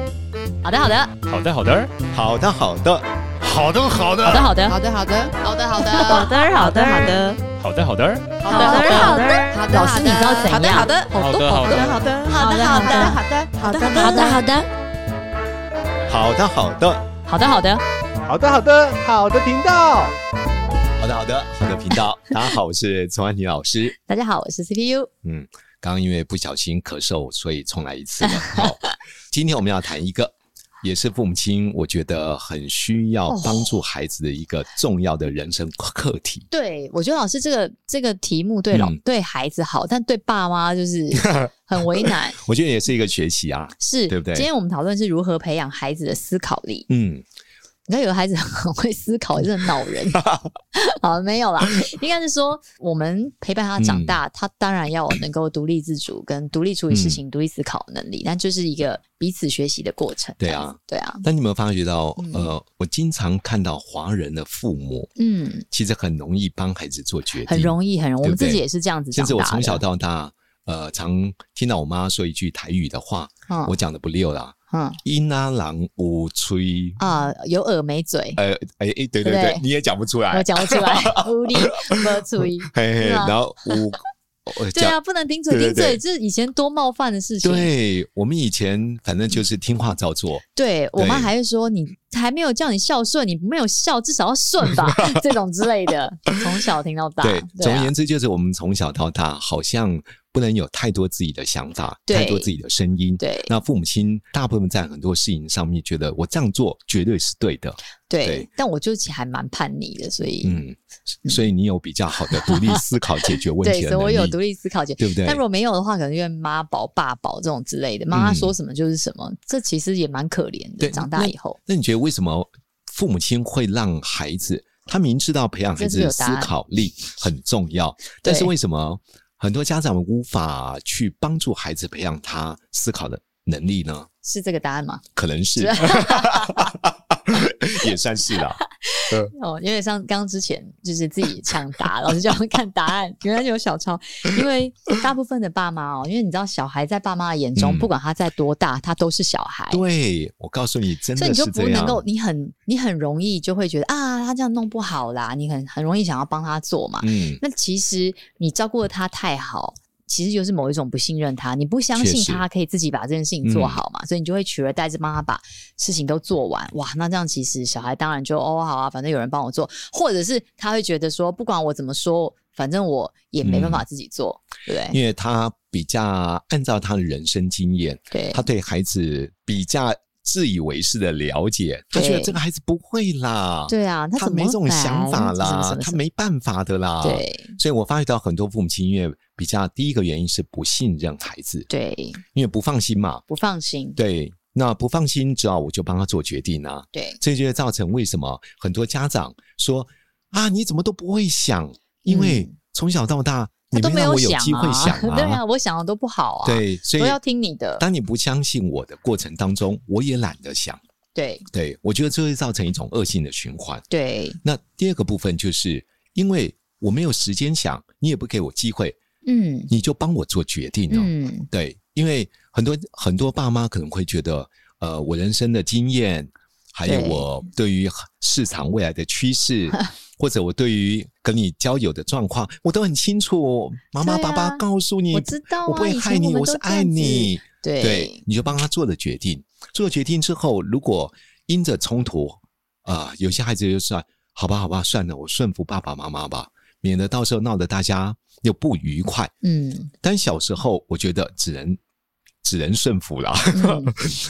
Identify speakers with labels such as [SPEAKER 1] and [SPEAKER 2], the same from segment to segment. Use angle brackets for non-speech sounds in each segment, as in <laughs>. [SPEAKER 1] 好的，好的，好的，好
[SPEAKER 2] 好的，好的，好的，好的，的好的
[SPEAKER 3] 好的，好的，好的，好的，好的，好的，
[SPEAKER 4] 好的，好的，
[SPEAKER 5] 好的，好的，好的，好的，好
[SPEAKER 1] 的，
[SPEAKER 5] 好的，
[SPEAKER 2] 老师，你知道怎样？
[SPEAKER 5] 好的，
[SPEAKER 2] 好的，
[SPEAKER 3] 好的好的
[SPEAKER 5] 好的，
[SPEAKER 2] 好的
[SPEAKER 5] 好
[SPEAKER 2] 好
[SPEAKER 5] 的，
[SPEAKER 2] 的
[SPEAKER 5] 好的，好的，
[SPEAKER 2] 好的，好的，
[SPEAKER 4] 好的，好的，
[SPEAKER 2] 好的，好的，
[SPEAKER 6] 好的，好的，好的频道。
[SPEAKER 4] 好的，好的，好的频
[SPEAKER 2] <laughs>
[SPEAKER 4] 道。大家好，我是陈婉婷老师。
[SPEAKER 2] 大家好，我是 CPU。
[SPEAKER 4] 嗯，刚刚因为不小心咳嗽，所以重来
[SPEAKER 2] <laughs>
[SPEAKER 4] 一次了。好，今天我们要谈一个，也是父母亲我觉得很需要帮助孩子的一个重要的人生课题。
[SPEAKER 2] 对，我觉得老师这个这个题目对老、
[SPEAKER 4] 嗯
[SPEAKER 2] 对孩子好，但对爸妈就是
[SPEAKER 4] <laughs>
[SPEAKER 2] 很为难。
[SPEAKER 4] 我觉得也是一个学习啊。
[SPEAKER 2] 是，
[SPEAKER 4] 对不对
[SPEAKER 2] 今天我们讨论是如何培养孩子的思考力。
[SPEAKER 4] 嗯，
[SPEAKER 2] 你看，有的孩子很会思考，真的恼
[SPEAKER 4] <laughs>
[SPEAKER 2] 人。好，没有啦，应该是说我们陪伴他长
[SPEAKER 4] 嗯
[SPEAKER 2] 大，他当然要能够独立自主、跟独立处理事情、独立思考能力，但就是一个彼此学习的过程。
[SPEAKER 4] 对啊
[SPEAKER 2] 这样子，对啊，
[SPEAKER 4] 但你有没有发觉到？
[SPEAKER 2] 嗯
[SPEAKER 4] 呃，我经常看到华人的父母
[SPEAKER 2] 嗯，
[SPEAKER 4] 其实很容易帮孩子做决定，
[SPEAKER 2] 很容易，很容易。我
[SPEAKER 4] 对
[SPEAKER 2] 们
[SPEAKER 4] 不对
[SPEAKER 2] 自己也是这样子
[SPEAKER 4] 甚
[SPEAKER 2] 长大
[SPEAKER 4] 至
[SPEAKER 2] 的。
[SPEAKER 4] 我从小到大，呃，常听到我妈说一句台语的话，
[SPEAKER 2] 嗯，
[SPEAKER 4] 我讲的不溜啦，
[SPEAKER 2] 嗯
[SPEAKER 4] 因阿郎无吹，
[SPEAKER 2] 啊，有耳没嘴，
[SPEAKER 4] 呃，哎哎，对对
[SPEAKER 2] 对
[SPEAKER 4] 对，你也讲不出来
[SPEAKER 2] 我，讲不出
[SPEAKER 4] <laughs>
[SPEAKER 2] 来，无力不注意。
[SPEAKER 4] 嘿嘿，
[SPEAKER 2] 是吗
[SPEAKER 4] 然后无，
[SPEAKER 2] <laughs>
[SPEAKER 4] 我
[SPEAKER 2] 对
[SPEAKER 4] 嗯讲
[SPEAKER 2] 啊，不能顶嘴，
[SPEAKER 4] 对
[SPEAKER 2] 顶
[SPEAKER 4] 对对
[SPEAKER 2] 嘴这是以前多冒犯的事情。
[SPEAKER 4] 对我们以前反正就是听话照做，
[SPEAKER 2] 对我妈
[SPEAKER 4] 对
[SPEAKER 2] 还会说你还没有叫你孝顺，你没有孝，至少要顺
[SPEAKER 4] <laughs>
[SPEAKER 2] 吧，这种之类的。从小听到大，
[SPEAKER 4] 对，总而
[SPEAKER 2] 啊
[SPEAKER 4] 言之就是我们从小到大好像不能有太多自己的想法，
[SPEAKER 2] 对
[SPEAKER 4] 太多自己的声音。
[SPEAKER 2] 对
[SPEAKER 4] 那父母亲大部分在很多事情上面觉得我这样做绝对是对的，
[SPEAKER 2] 对
[SPEAKER 4] 对。
[SPEAKER 2] 但我就其实还蛮叛逆的，所以
[SPEAKER 4] 嗯，所以你有比较好的独立思考解决问
[SPEAKER 2] <laughs> 对，
[SPEAKER 4] 题的
[SPEAKER 2] 所
[SPEAKER 4] 能
[SPEAKER 2] 以
[SPEAKER 4] 力，
[SPEAKER 2] 我有独立思考解。
[SPEAKER 4] 对不对
[SPEAKER 2] 但？如果没有的话，可能因为妈宝、爸宝这种之类的，妈妈
[SPEAKER 4] 嗯
[SPEAKER 2] 说什么就是什么，这其实也蛮可怜的。
[SPEAKER 4] 对
[SPEAKER 2] 长大以后，
[SPEAKER 4] 那你觉得为什么父母亲会让孩子，他明知道培养孩
[SPEAKER 2] 这是
[SPEAKER 4] 子
[SPEAKER 2] 不是有
[SPEAKER 4] 的
[SPEAKER 2] 答
[SPEAKER 4] 思
[SPEAKER 2] 案
[SPEAKER 4] 考力很重要，但是为什么很多家长无法去帮助孩子培养他思考的能力呢？
[SPEAKER 2] 是这个答案吗？
[SPEAKER 4] 可
[SPEAKER 2] <laughs>
[SPEAKER 4] 能是， <laughs> 也算是啦。
[SPEAKER 2] 哦，有点像刚之前就是自己抢
[SPEAKER 4] <laughs>
[SPEAKER 2] 答，老师叫我们看答案，原来有小抄。因为大部分的爸妈哦，因为你知道，小孩在爸妈的眼中，
[SPEAKER 4] 嗯
[SPEAKER 2] 不管他在多大，他都是小孩。
[SPEAKER 4] 对，我告诉你，真
[SPEAKER 2] 所以
[SPEAKER 4] 的
[SPEAKER 2] 你就是不
[SPEAKER 4] 这
[SPEAKER 2] 能
[SPEAKER 4] 样。
[SPEAKER 2] 够，你很你很容易就会觉得啊，他这样弄不好啦，你很很容易想要帮他做嘛。
[SPEAKER 4] 嗯，
[SPEAKER 2] 那其实你照顾的他太好，其实就是某一种不信任他，你不相
[SPEAKER 4] 确
[SPEAKER 2] 信
[SPEAKER 4] 实嗯
[SPEAKER 2] 他可以自己把这件事情做好嘛，所以你就会取而代之帮他把事情都做完。哇，那这样其实小孩当然就哦好啊，反正有人帮我做，或者是他会觉得说不管我怎么说，反正我也没办法自己做，对不
[SPEAKER 4] 嗯因为他比较按照他的人生经验，
[SPEAKER 2] 对？
[SPEAKER 4] 他
[SPEAKER 2] 对，
[SPEAKER 4] 对孩子比较自以为是的了解，他觉得
[SPEAKER 2] 对
[SPEAKER 4] 这个孩子不会啦，
[SPEAKER 2] 对啊，
[SPEAKER 4] 他
[SPEAKER 2] 怎么
[SPEAKER 4] 没这种
[SPEAKER 2] 办
[SPEAKER 4] 想
[SPEAKER 2] 什么
[SPEAKER 4] 法
[SPEAKER 2] 什
[SPEAKER 4] 啦，
[SPEAKER 2] 么
[SPEAKER 4] 他
[SPEAKER 2] 什么
[SPEAKER 4] 没啊办法的啦。，
[SPEAKER 2] 对
[SPEAKER 4] 所以我发觉到很多父母亲因为比较第一个原因是不信任孩子，
[SPEAKER 2] 对
[SPEAKER 4] 因为不放心嘛。
[SPEAKER 2] 不放心，
[SPEAKER 4] 对，那不放心，只好我就帮他做决定啊。
[SPEAKER 2] 对
[SPEAKER 4] 这就会造成为什么很多家长说啊，你怎么都不会想？因为
[SPEAKER 2] 嗯
[SPEAKER 4] 从小到大，
[SPEAKER 2] 他
[SPEAKER 4] 你
[SPEAKER 2] 都
[SPEAKER 4] 没
[SPEAKER 2] 没
[SPEAKER 4] 让我有
[SPEAKER 2] 想
[SPEAKER 4] 机会想
[SPEAKER 2] <laughs> 对啊，我想的都不好啊，，
[SPEAKER 4] 对，所以
[SPEAKER 2] 都要听你的
[SPEAKER 4] 当你不相信我的过程当中，我也懒得想。
[SPEAKER 2] 对
[SPEAKER 4] 对，我觉得这会造成一种恶性的循环。
[SPEAKER 2] 对，
[SPEAKER 4] 那第二个部分就是，因为我没有时间想，你也不给我机会，
[SPEAKER 2] 嗯
[SPEAKER 4] 你就帮我做决定哦。
[SPEAKER 2] 嗯。
[SPEAKER 4] 对，因为很多很多爸妈可能会觉得，呃，我人生的经验，还有
[SPEAKER 2] 对
[SPEAKER 4] 我对于市场未来的
[SPEAKER 2] <laughs>
[SPEAKER 4] 趋势，或者我对于跟你交友的状况，我都很清楚。哦妈妈、
[SPEAKER 2] 对
[SPEAKER 4] 爸爸
[SPEAKER 2] 啊
[SPEAKER 4] 告诉你，
[SPEAKER 2] 我知道啊
[SPEAKER 4] 我不会
[SPEAKER 2] 以前
[SPEAKER 4] 害
[SPEAKER 2] 我
[SPEAKER 4] 你，
[SPEAKER 2] 们
[SPEAKER 4] 我
[SPEAKER 2] 都
[SPEAKER 4] 是
[SPEAKER 2] 这样
[SPEAKER 4] 爱
[SPEAKER 2] 子
[SPEAKER 4] 你。
[SPEAKER 2] 对
[SPEAKER 4] 对，你就帮他做了决定。做了决定之后，如果因着冲突，啊、有些孩子就算好吧，好吧，算了，我顺服爸爸妈妈吧，免得到时候闹得大家又不愉快。
[SPEAKER 2] 嗯，
[SPEAKER 4] 但小时候，我觉得只能只能顺
[SPEAKER 2] <laughs>
[SPEAKER 4] 服啦，
[SPEAKER 2] 嗯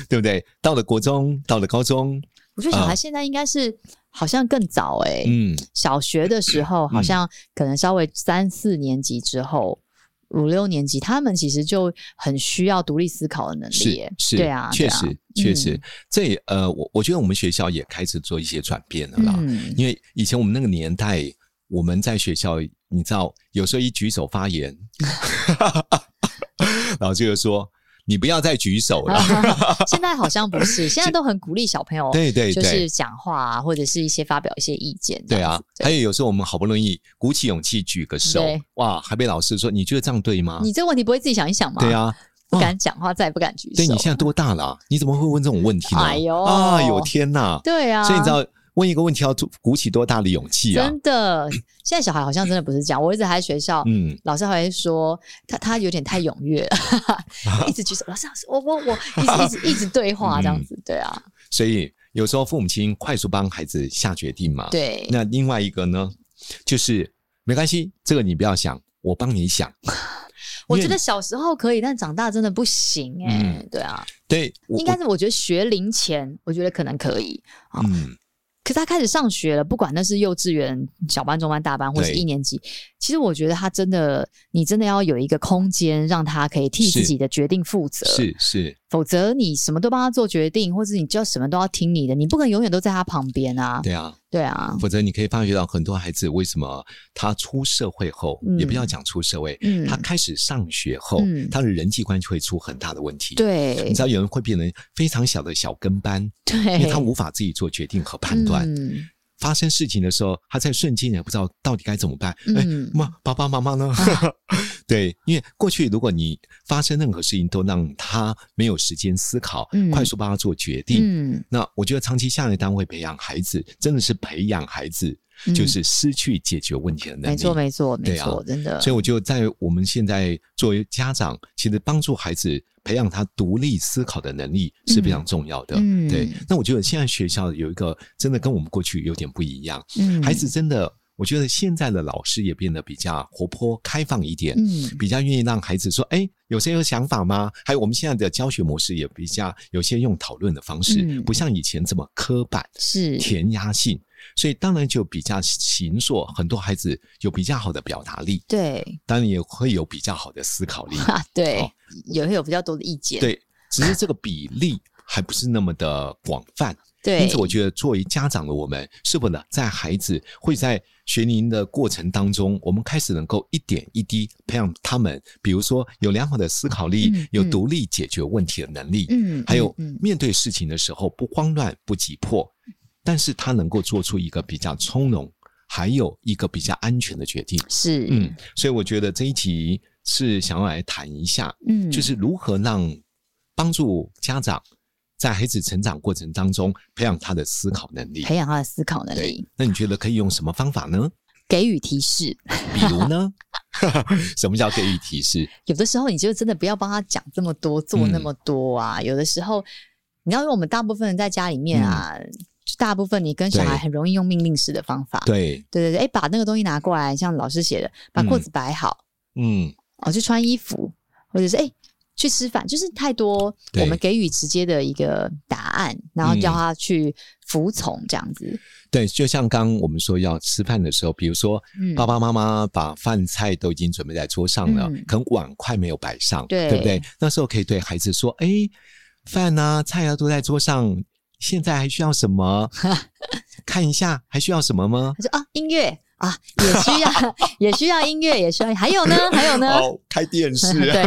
[SPEAKER 4] 对不对？到了国中，到了高中，
[SPEAKER 2] 我觉得小孩现在应该是好像更早哎、
[SPEAKER 4] 啊嗯，
[SPEAKER 2] 小学的时候好像可能稍微三四年级之后。五六年级，他们其实就很需要独立思考的能力
[SPEAKER 4] 是
[SPEAKER 2] 耶，
[SPEAKER 4] 是，
[SPEAKER 2] 对啊，
[SPEAKER 4] 确
[SPEAKER 2] 对啊
[SPEAKER 4] 实确实，
[SPEAKER 2] 嗯
[SPEAKER 4] 这也呃，我我觉得我们学校也开始做一些转变了啦， <laughs>
[SPEAKER 2] 嗯，
[SPEAKER 4] 因为以前我们那个年代，我们在学校，你知道，有时候一举手发言， <laughs> 老师就说你不要再举手了，
[SPEAKER 2] <laughs> 现在好像不是，现在都很鼓励小朋友，
[SPEAKER 4] 对对
[SPEAKER 2] 哦就
[SPEAKER 4] 对。
[SPEAKER 2] 是讲话啊，或者是一些发表一些意见这
[SPEAKER 4] 对
[SPEAKER 2] 样
[SPEAKER 4] 啊
[SPEAKER 2] 子，，
[SPEAKER 4] 还有有时候我们好不容易鼓起勇气举个手
[SPEAKER 2] 对，
[SPEAKER 4] 哇，还被老师说你觉得这样对吗？
[SPEAKER 2] 你这个问题不会自己想一想吗？
[SPEAKER 4] 对，啊，
[SPEAKER 2] 不敢讲话，再也不敢举手。
[SPEAKER 4] 对你现在多大了啊、你怎么会问这种问题呢？
[SPEAKER 2] 哎呦
[SPEAKER 4] 啊，有天呐！
[SPEAKER 2] 对啊，
[SPEAKER 4] 所以你知道问一个问题要鼓起多大的勇气啊？
[SPEAKER 2] 真的，现在小孩好像真的不是这样。我一直还在学校，
[SPEAKER 4] 嗯，
[SPEAKER 2] 老师还会说他他有点太踊跃 <laughs> 了，一直举手。老师，老师，我我我，一
[SPEAKER 4] <laughs>
[SPEAKER 2] 直一直一直对
[SPEAKER 4] 嗯
[SPEAKER 2] 话这样子，对啊，
[SPEAKER 4] 所以有时候父母亲快速帮孩子下决定嘛。。
[SPEAKER 2] 对，
[SPEAKER 4] 那另外一个呢，就是没关系，这个你不要想，我帮你想。
[SPEAKER 2] 我觉
[SPEAKER 4] 因为
[SPEAKER 2] 得小时候可以，但长大真的不行哎、
[SPEAKER 4] 嗯
[SPEAKER 2] 对啊，
[SPEAKER 4] 对，我
[SPEAKER 2] 应该是我觉得学龄前，我觉得可能可以。
[SPEAKER 4] 我嗯，
[SPEAKER 2] 可是他开始上学了，不管那是幼稚园、小班、中班、大班，或是
[SPEAKER 4] 对
[SPEAKER 2] 一年级，其实我觉得他真的，你真的要有一个空间，让他可以替
[SPEAKER 4] 是
[SPEAKER 2] 自己的决定负责。
[SPEAKER 4] 是是，
[SPEAKER 2] 否则你什么都帮他做决定，或者你就什么都要听你的，你不可能永远都在他旁边啊。
[SPEAKER 4] 对啊，
[SPEAKER 2] 对啊，
[SPEAKER 4] 否则你可以发觉到很多孩子为什么他出社会后，
[SPEAKER 2] 嗯
[SPEAKER 4] 也不要讲出社会，
[SPEAKER 2] 嗯
[SPEAKER 4] 他开始上学后，
[SPEAKER 2] 嗯
[SPEAKER 4] 他的人际关系会出很大的问题。。
[SPEAKER 2] 对
[SPEAKER 4] 你知道有人会变成非常小的小跟班，因为
[SPEAKER 2] 对，
[SPEAKER 4] 他无法自己做决定和判断。
[SPEAKER 2] 哎嗯
[SPEAKER 4] 发生事情的时候，他在瞬间也不知道到底该怎么办。哎、
[SPEAKER 2] 嗯
[SPEAKER 4] 妈，爸爸妈妈呢？
[SPEAKER 2] 啊
[SPEAKER 4] <laughs> 对，因为过去如果你发生任何事情都让他没有时间思考，
[SPEAKER 2] 嗯
[SPEAKER 4] 快速帮他做决定，
[SPEAKER 2] 嗯，
[SPEAKER 4] 那我觉得长期下来，单位培养孩子真的是培养孩子，
[SPEAKER 2] 嗯
[SPEAKER 4] 就是失去解决问题的能力。
[SPEAKER 2] 没错，没错，没
[SPEAKER 4] 对啊
[SPEAKER 2] 错，真的。
[SPEAKER 4] 所以我就在我们现在作为家长，其实帮助孩子培养他独立思考的能力是非常重要的。
[SPEAKER 2] 嗯
[SPEAKER 4] 对，那我觉得现在学校有一个真的跟我们过去有点不一样，
[SPEAKER 2] 嗯
[SPEAKER 4] 孩子真的，我觉得现在的老师也变得比较活泼开放一点。
[SPEAKER 2] 嗯
[SPEAKER 4] 比较愿意让孩子说，哎、有谁有想法吗？还有我们现在的教学模式也比较有些用讨论的方式，
[SPEAKER 2] 嗯
[SPEAKER 4] 不像以前这么刻板。
[SPEAKER 2] 是
[SPEAKER 4] 填鸭性，所以当然就比较形塑，很多孩子有比较好的表达力，
[SPEAKER 2] 对。
[SPEAKER 4] 当然也会有比较好的思考力
[SPEAKER 2] <laughs> 啊，对
[SPEAKER 4] 好，
[SPEAKER 2] 也会有比较多的意见。
[SPEAKER 4] 哦对，只是这个比例还不是那么的广泛，
[SPEAKER 2] 对，
[SPEAKER 4] 因此我觉得作为家长的我们，是否呢，在孩子会在学龄的过程当中，我们开始能够一点一滴培养他们，比如说有良好的思考力，
[SPEAKER 2] 嗯
[SPEAKER 4] 有
[SPEAKER 2] 嗯
[SPEAKER 4] 独立解决问题的能力，
[SPEAKER 2] 嗯，嗯，
[SPEAKER 4] 还有
[SPEAKER 2] 嗯
[SPEAKER 4] 面对事情的时候不慌乱、不急迫，但是他能够做出一个比较从容，还有一个比较安全的决定。
[SPEAKER 2] 是
[SPEAKER 4] 嗯，所以我觉得这一集是想要来谈一下，
[SPEAKER 2] 嗯，
[SPEAKER 4] 就是如何让帮助家长在孩子成长过程当中培养他的思考能力。
[SPEAKER 2] 培养他的思考能
[SPEAKER 4] 对
[SPEAKER 2] 力，，
[SPEAKER 4] 那你觉得可以用什么方法呢？
[SPEAKER 2] 给予提示。
[SPEAKER 4] 比如
[SPEAKER 2] <laughs>
[SPEAKER 4] 呢？什么叫给予提示？
[SPEAKER 2] 有的时候你就真的不要帮他讲这么多，做
[SPEAKER 4] 嗯
[SPEAKER 2] 那么多啊。有的时候，你知道，因为我们大部分人在家里面啊，就大部分你跟小孩
[SPEAKER 4] 嗯对
[SPEAKER 2] 很容易用命令式的方法。
[SPEAKER 4] 对，
[SPEAKER 2] 对对对，哎，把那个东西拿过来，像老师写的，把
[SPEAKER 4] 嗯
[SPEAKER 2] 裤子摆好，
[SPEAKER 4] 嗯，
[SPEAKER 2] 哦，去穿衣服，或者是哎。去吃饭，就是太多
[SPEAKER 4] 对
[SPEAKER 2] 我们给予直接的一个答案，然后
[SPEAKER 4] 嗯
[SPEAKER 2] 叫他去服从这样子。
[SPEAKER 4] 对，就像刚刚我们说要吃饭的时候，比如说
[SPEAKER 2] 嗯
[SPEAKER 4] 爸爸妈妈把饭菜都已经准备在桌上了，
[SPEAKER 2] 嗯
[SPEAKER 4] 可能碗筷没有摆上，
[SPEAKER 2] 对
[SPEAKER 4] 不对？那时候可以对孩子说：“哎，饭啊、菜啊都在桌上，现在还需要什
[SPEAKER 2] <laughs>
[SPEAKER 4] 么？看一下还需要什么吗
[SPEAKER 2] 他说啊，音乐啊，也需要，
[SPEAKER 4] <laughs>
[SPEAKER 2] 也需要音乐，也需要。还有呢，还有？”呢，
[SPEAKER 4] 哦，开电视，
[SPEAKER 2] <laughs> 对，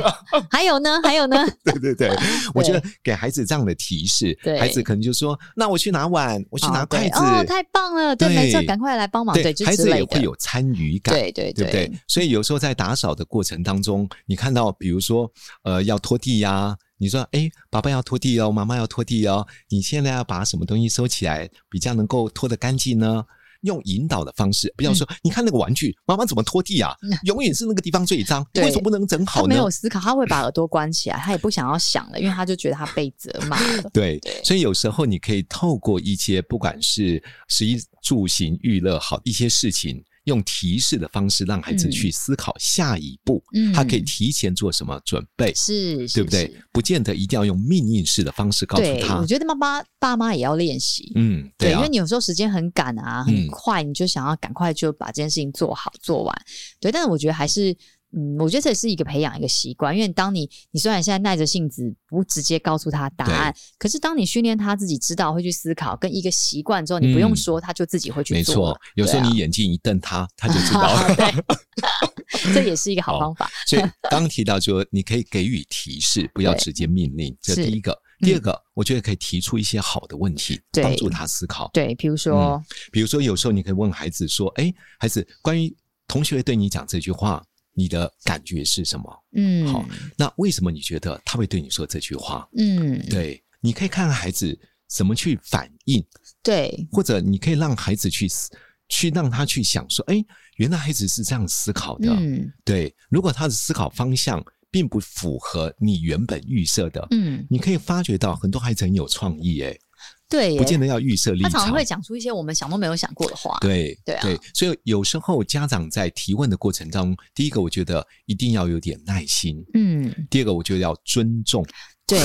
[SPEAKER 2] 还有呢，还有呢，
[SPEAKER 4] <laughs> 对对对，我觉得给孩子这样的提示，
[SPEAKER 2] 对
[SPEAKER 4] 孩子可能就说：“那我去拿碗，我去拿
[SPEAKER 2] 哦
[SPEAKER 4] 筷
[SPEAKER 2] 对
[SPEAKER 4] 子。
[SPEAKER 2] 哦，太棒了，对，
[SPEAKER 4] 对
[SPEAKER 2] 没错，赶快来帮忙，
[SPEAKER 4] 对
[SPEAKER 2] 对，就
[SPEAKER 4] 孩
[SPEAKER 2] 之
[SPEAKER 4] 子也
[SPEAKER 2] 类
[SPEAKER 4] 会
[SPEAKER 2] 的，
[SPEAKER 4] 有参与感，
[SPEAKER 2] 对对
[SPEAKER 4] 对不对？所以有时候在打扫的过程当中，你看到比如说呃要拖地呀、你说哎爸爸要拖地哦，妈妈要拖地哦，你现在要把什么东西收起来，比较能够拖得干净呢？用引导的方式，不要说、
[SPEAKER 2] 嗯
[SPEAKER 4] 你看那个玩具，妈妈怎么
[SPEAKER 2] <laughs>
[SPEAKER 4] 拖地啊？永远是那个地方最脏，
[SPEAKER 2] 对
[SPEAKER 4] 为什么不能整
[SPEAKER 2] 他
[SPEAKER 4] 好
[SPEAKER 2] 没
[SPEAKER 4] 呢。
[SPEAKER 2] 有？思考，他会把耳朵关起来，他也不想要想了，因为他就觉得他被责骂了
[SPEAKER 4] 对
[SPEAKER 2] 对，
[SPEAKER 4] 所以有时候你可以透过一些不管是食衣住行娱乐好一些事情，用提示的方式让孩子
[SPEAKER 2] 嗯
[SPEAKER 4] 去思考下一步，
[SPEAKER 2] 嗯
[SPEAKER 4] 他可以提前做什么准备，
[SPEAKER 2] 是，是
[SPEAKER 4] 对不对
[SPEAKER 2] 是？
[SPEAKER 4] 不见得一定要用命令式的方式告诉
[SPEAKER 2] 对，
[SPEAKER 4] 他
[SPEAKER 2] 我。觉得妈妈爸妈也要练习。
[SPEAKER 4] 嗯，
[SPEAKER 2] 对，因
[SPEAKER 4] 啊
[SPEAKER 2] 为，你有时候时间很赶啊，
[SPEAKER 4] 嗯
[SPEAKER 2] 很快，你就想要赶快就把这件事情做好做完。对，但是我觉得还是，嗯，我觉得这也是一个培养一个习惯，因为当你你虽然现在耐着性子不直接告诉他答案，可是当你训练他自己知道会去思考，跟一个习惯之后，你不用
[SPEAKER 4] 嗯
[SPEAKER 2] 说，他就自己会去
[SPEAKER 4] 没
[SPEAKER 2] 做。
[SPEAKER 4] 错，有时
[SPEAKER 2] 对
[SPEAKER 4] 候
[SPEAKER 2] 啊
[SPEAKER 4] 你眼睛一瞪他，他就知道
[SPEAKER 2] <laughs>
[SPEAKER 4] 了。
[SPEAKER 2] 啊
[SPEAKER 4] <laughs>
[SPEAKER 2] 这也是一个好
[SPEAKER 4] 哦
[SPEAKER 2] 方法。
[SPEAKER 4] 所以刚提到说，你可以给予提示，不要
[SPEAKER 2] 对
[SPEAKER 4] 直接命令，这
[SPEAKER 2] 是
[SPEAKER 4] 第一个。
[SPEAKER 2] 嗯
[SPEAKER 4] 第二个，我觉得可以提出一些好的问题，
[SPEAKER 2] 对
[SPEAKER 4] 帮助他思考。
[SPEAKER 2] 对，比如说，
[SPEAKER 4] 比如说，有时候你可以问孩子说：“哎，孩子，关于同学对你讲这句话，你的感觉是什么？
[SPEAKER 2] 嗯，
[SPEAKER 4] 好，那为什么你觉得他会对你说这句话？
[SPEAKER 2] 嗯，
[SPEAKER 4] 对，你可以看看孩子怎么去反应，
[SPEAKER 2] 对，
[SPEAKER 4] 或者你可以让孩子去思去让他去想说，哎，原来孩子是这样思考的。
[SPEAKER 2] 嗯
[SPEAKER 4] 对，啊如果他的思考方向并不符合你原本预设的，
[SPEAKER 2] 嗯，
[SPEAKER 4] 你可以发觉到很多孩子很有创意，哎，
[SPEAKER 2] 对耶，
[SPEAKER 4] 不见得要预设立
[SPEAKER 2] 他
[SPEAKER 4] 场。
[SPEAKER 2] 常常会讲出一些我们想都没有想过的话。
[SPEAKER 4] 对
[SPEAKER 2] 对啊
[SPEAKER 4] 所以有时候家长在提问的过程当中，第一个我觉得一定要有点耐心，
[SPEAKER 2] 嗯，
[SPEAKER 4] 第二个我觉得要尊重。
[SPEAKER 2] 对，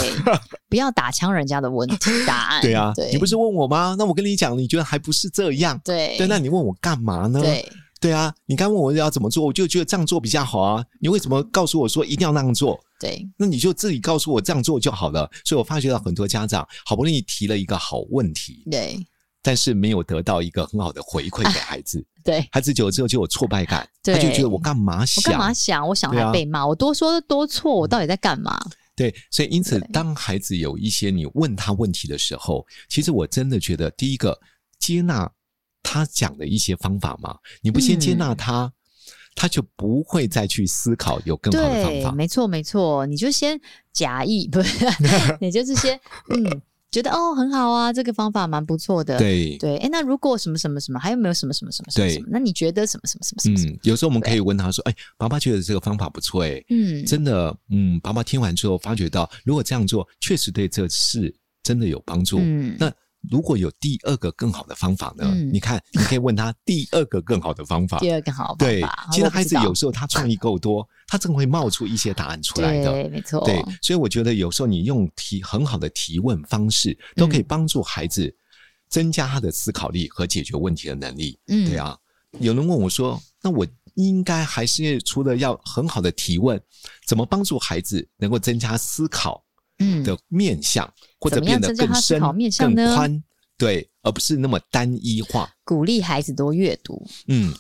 [SPEAKER 2] 不要打枪人家的问题答案。
[SPEAKER 4] <laughs> 对啊，
[SPEAKER 2] 哎对，
[SPEAKER 4] 你不是问我吗？那我跟你讲，你觉得还不是这样？
[SPEAKER 2] 对
[SPEAKER 4] 对，那你问我干嘛呢？
[SPEAKER 2] 对
[SPEAKER 4] 对啊，你刚问我要怎么做，我就觉得这样做比较好啊。你为什么告诉我说一定要那样做？
[SPEAKER 2] 对，
[SPEAKER 4] 那你就自己告诉我这样做就好了。所以我发觉到很多家长好不容易提了一个好问题，
[SPEAKER 2] 对
[SPEAKER 4] 但是没有得到一个很好的回馈给孩子，
[SPEAKER 2] 对，
[SPEAKER 4] 孩子久了之后就有挫败感，他
[SPEAKER 2] 对
[SPEAKER 4] 就觉得我干嘛
[SPEAKER 2] 我
[SPEAKER 4] 想？
[SPEAKER 2] 干嘛想？我想
[SPEAKER 4] 对啊
[SPEAKER 2] 还被骂，我多说多错，我到底在干嘛？
[SPEAKER 4] 对，所以因此
[SPEAKER 2] 对，
[SPEAKER 4] 当孩子有一些你问他问题的时候，其实我真的觉得，第一个接纳他讲的一些方法嘛，你不先接
[SPEAKER 2] 嗯
[SPEAKER 4] 纳他，他就不会再去思考有更嗯好的方
[SPEAKER 2] 对，
[SPEAKER 4] 法。
[SPEAKER 2] 没错没错，你就先假意，不
[SPEAKER 4] <laughs>
[SPEAKER 2] 是，你就是先嗯，觉得哦很好啊，这个方法蛮不错的。
[SPEAKER 4] 对，
[SPEAKER 2] 对，哎，那如果什么什么什么，还有没有什么什么什么什么
[SPEAKER 4] 对
[SPEAKER 2] 什么？那你觉得什么什么什么什么什么？
[SPEAKER 4] 嗯，有时候我们可以问他说：“哎，爸爸觉得这个方法不错，哎，
[SPEAKER 2] 嗯，
[SPEAKER 4] 真的，嗯，爸爸听完之后发觉到，如果这样做，确实对这事真的有帮助。
[SPEAKER 2] 嗯
[SPEAKER 4] 那如果有第二个更好的方法呢？
[SPEAKER 2] 嗯
[SPEAKER 4] 你看，你可以问他第二个更好的方法。
[SPEAKER 2] 第二个好方
[SPEAKER 4] 对
[SPEAKER 2] 法，，
[SPEAKER 4] 其实
[SPEAKER 2] 我不
[SPEAKER 4] 孩
[SPEAKER 2] 知
[SPEAKER 4] 子
[SPEAKER 2] 道
[SPEAKER 4] 有时候他创意够多，他真的会冒出一些答案出来的。
[SPEAKER 2] 对，哦没错，
[SPEAKER 4] 对，所以我觉得有时候你用提很好的提问方式，都
[SPEAKER 2] 嗯
[SPEAKER 4] 可以帮助孩子增加他的思考力和解决问题的能力。
[SPEAKER 2] 嗯
[SPEAKER 4] 对啊，有人问我说：“那我应该还是除了要很好的提问，怎么帮助孩子能够增加思考
[SPEAKER 2] 嗯，
[SPEAKER 4] 的面向，或者
[SPEAKER 2] 怎么样
[SPEAKER 4] 变得
[SPEAKER 2] 增加
[SPEAKER 4] 更
[SPEAKER 2] 他思
[SPEAKER 4] 深
[SPEAKER 2] 考面、向
[SPEAKER 4] 更
[SPEAKER 2] 呢
[SPEAKER 4] 宽？对，而不是那么单一化。”
[SPEAKER 2] 鼓励孩子多阅读，
[SPEAKER 4] 嗯，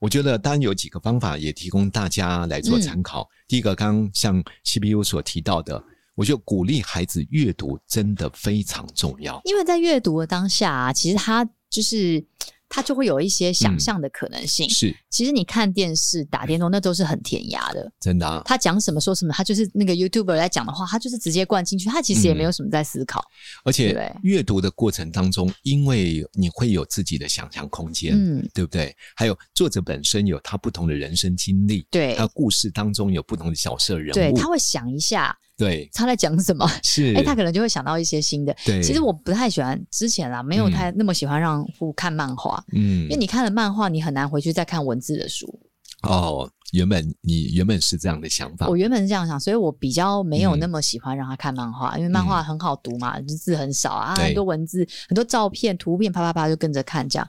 [SPEAKER 4] 我觉得当然有几个方法也提供大家来做
[SPEAKER 2] 嗯
[SPEAKER 4] 参考。第一个，刚刚像 CPU 所提到的，我觉得鼓励孩子阅读真的非常重要。
[SPEAKER 2] 因为在阅读的当下啊，其实他就是他就会有一些想
[SPEAKER 4] 嗯
[SPEAKER 2] 象的可能性。
[SPEAKER 4] 是
[SPEAKER 2] 其实你看电视、打电动，那都是很填鸭的。
[SPEAKER 4] 真的啊，
[SPEAKER 2] 他讲什么说什么，他就是那个 YouTuber 在讲的话，他就是直接灌进去，他其实也
[SPEAKER 4] 嗯
[SPEAKER 2] 没有什么在思考。
[SPEAKER 4] 而
[SPEAKER 2] 对
[SPEAKER 4] 且阅读的过程当中，因为你会有自己的想象空间，
[SPEAKER 2] 嗯，
[SPEAKER 4] 对不对？还有作者本身有他不同的人生经历，
[SPEAKER 2] 对
[SPEAKER 4] 他故事当中有不同的角色人
[SPEAKER 2] 对，
[SPEAKER 4] 物，
[SPEAKER 2] 他会想一下
[SPEAKER 4] 对
[SPEAKER 2] 他在讲什么，
[SPEAKER 4] 是，
[SPEAKER 2] 哎、他可能就会想到一些新的。
[SPEAKER 4] 对，
[SPEAKER 2] 其实我不太喜欢之前啦，没有
[SPEAKER 4] 嗯
[SPEAKER 2] 太那么喜欢让户看漫画，
[SPEAKER 4] 嗯
[SPEAKER 2] 因为你看了漫画，你很难回去再看文字的书。
[SPEAKER 4] 哦，原本你原本是这样的想法
[SPEAKER 2] 我，原本是这样想，所以我比较没
[SPEAKER 4] 嗯
[SPEAKER 2] 有那么喜欢让他看漫画，因为漫画很好读嘛，就字很少啊，
[SPEAKER 4] 对
[SPEAKER 2] 很多文字、很多照片、图片，啪啪啪就跟着看这样。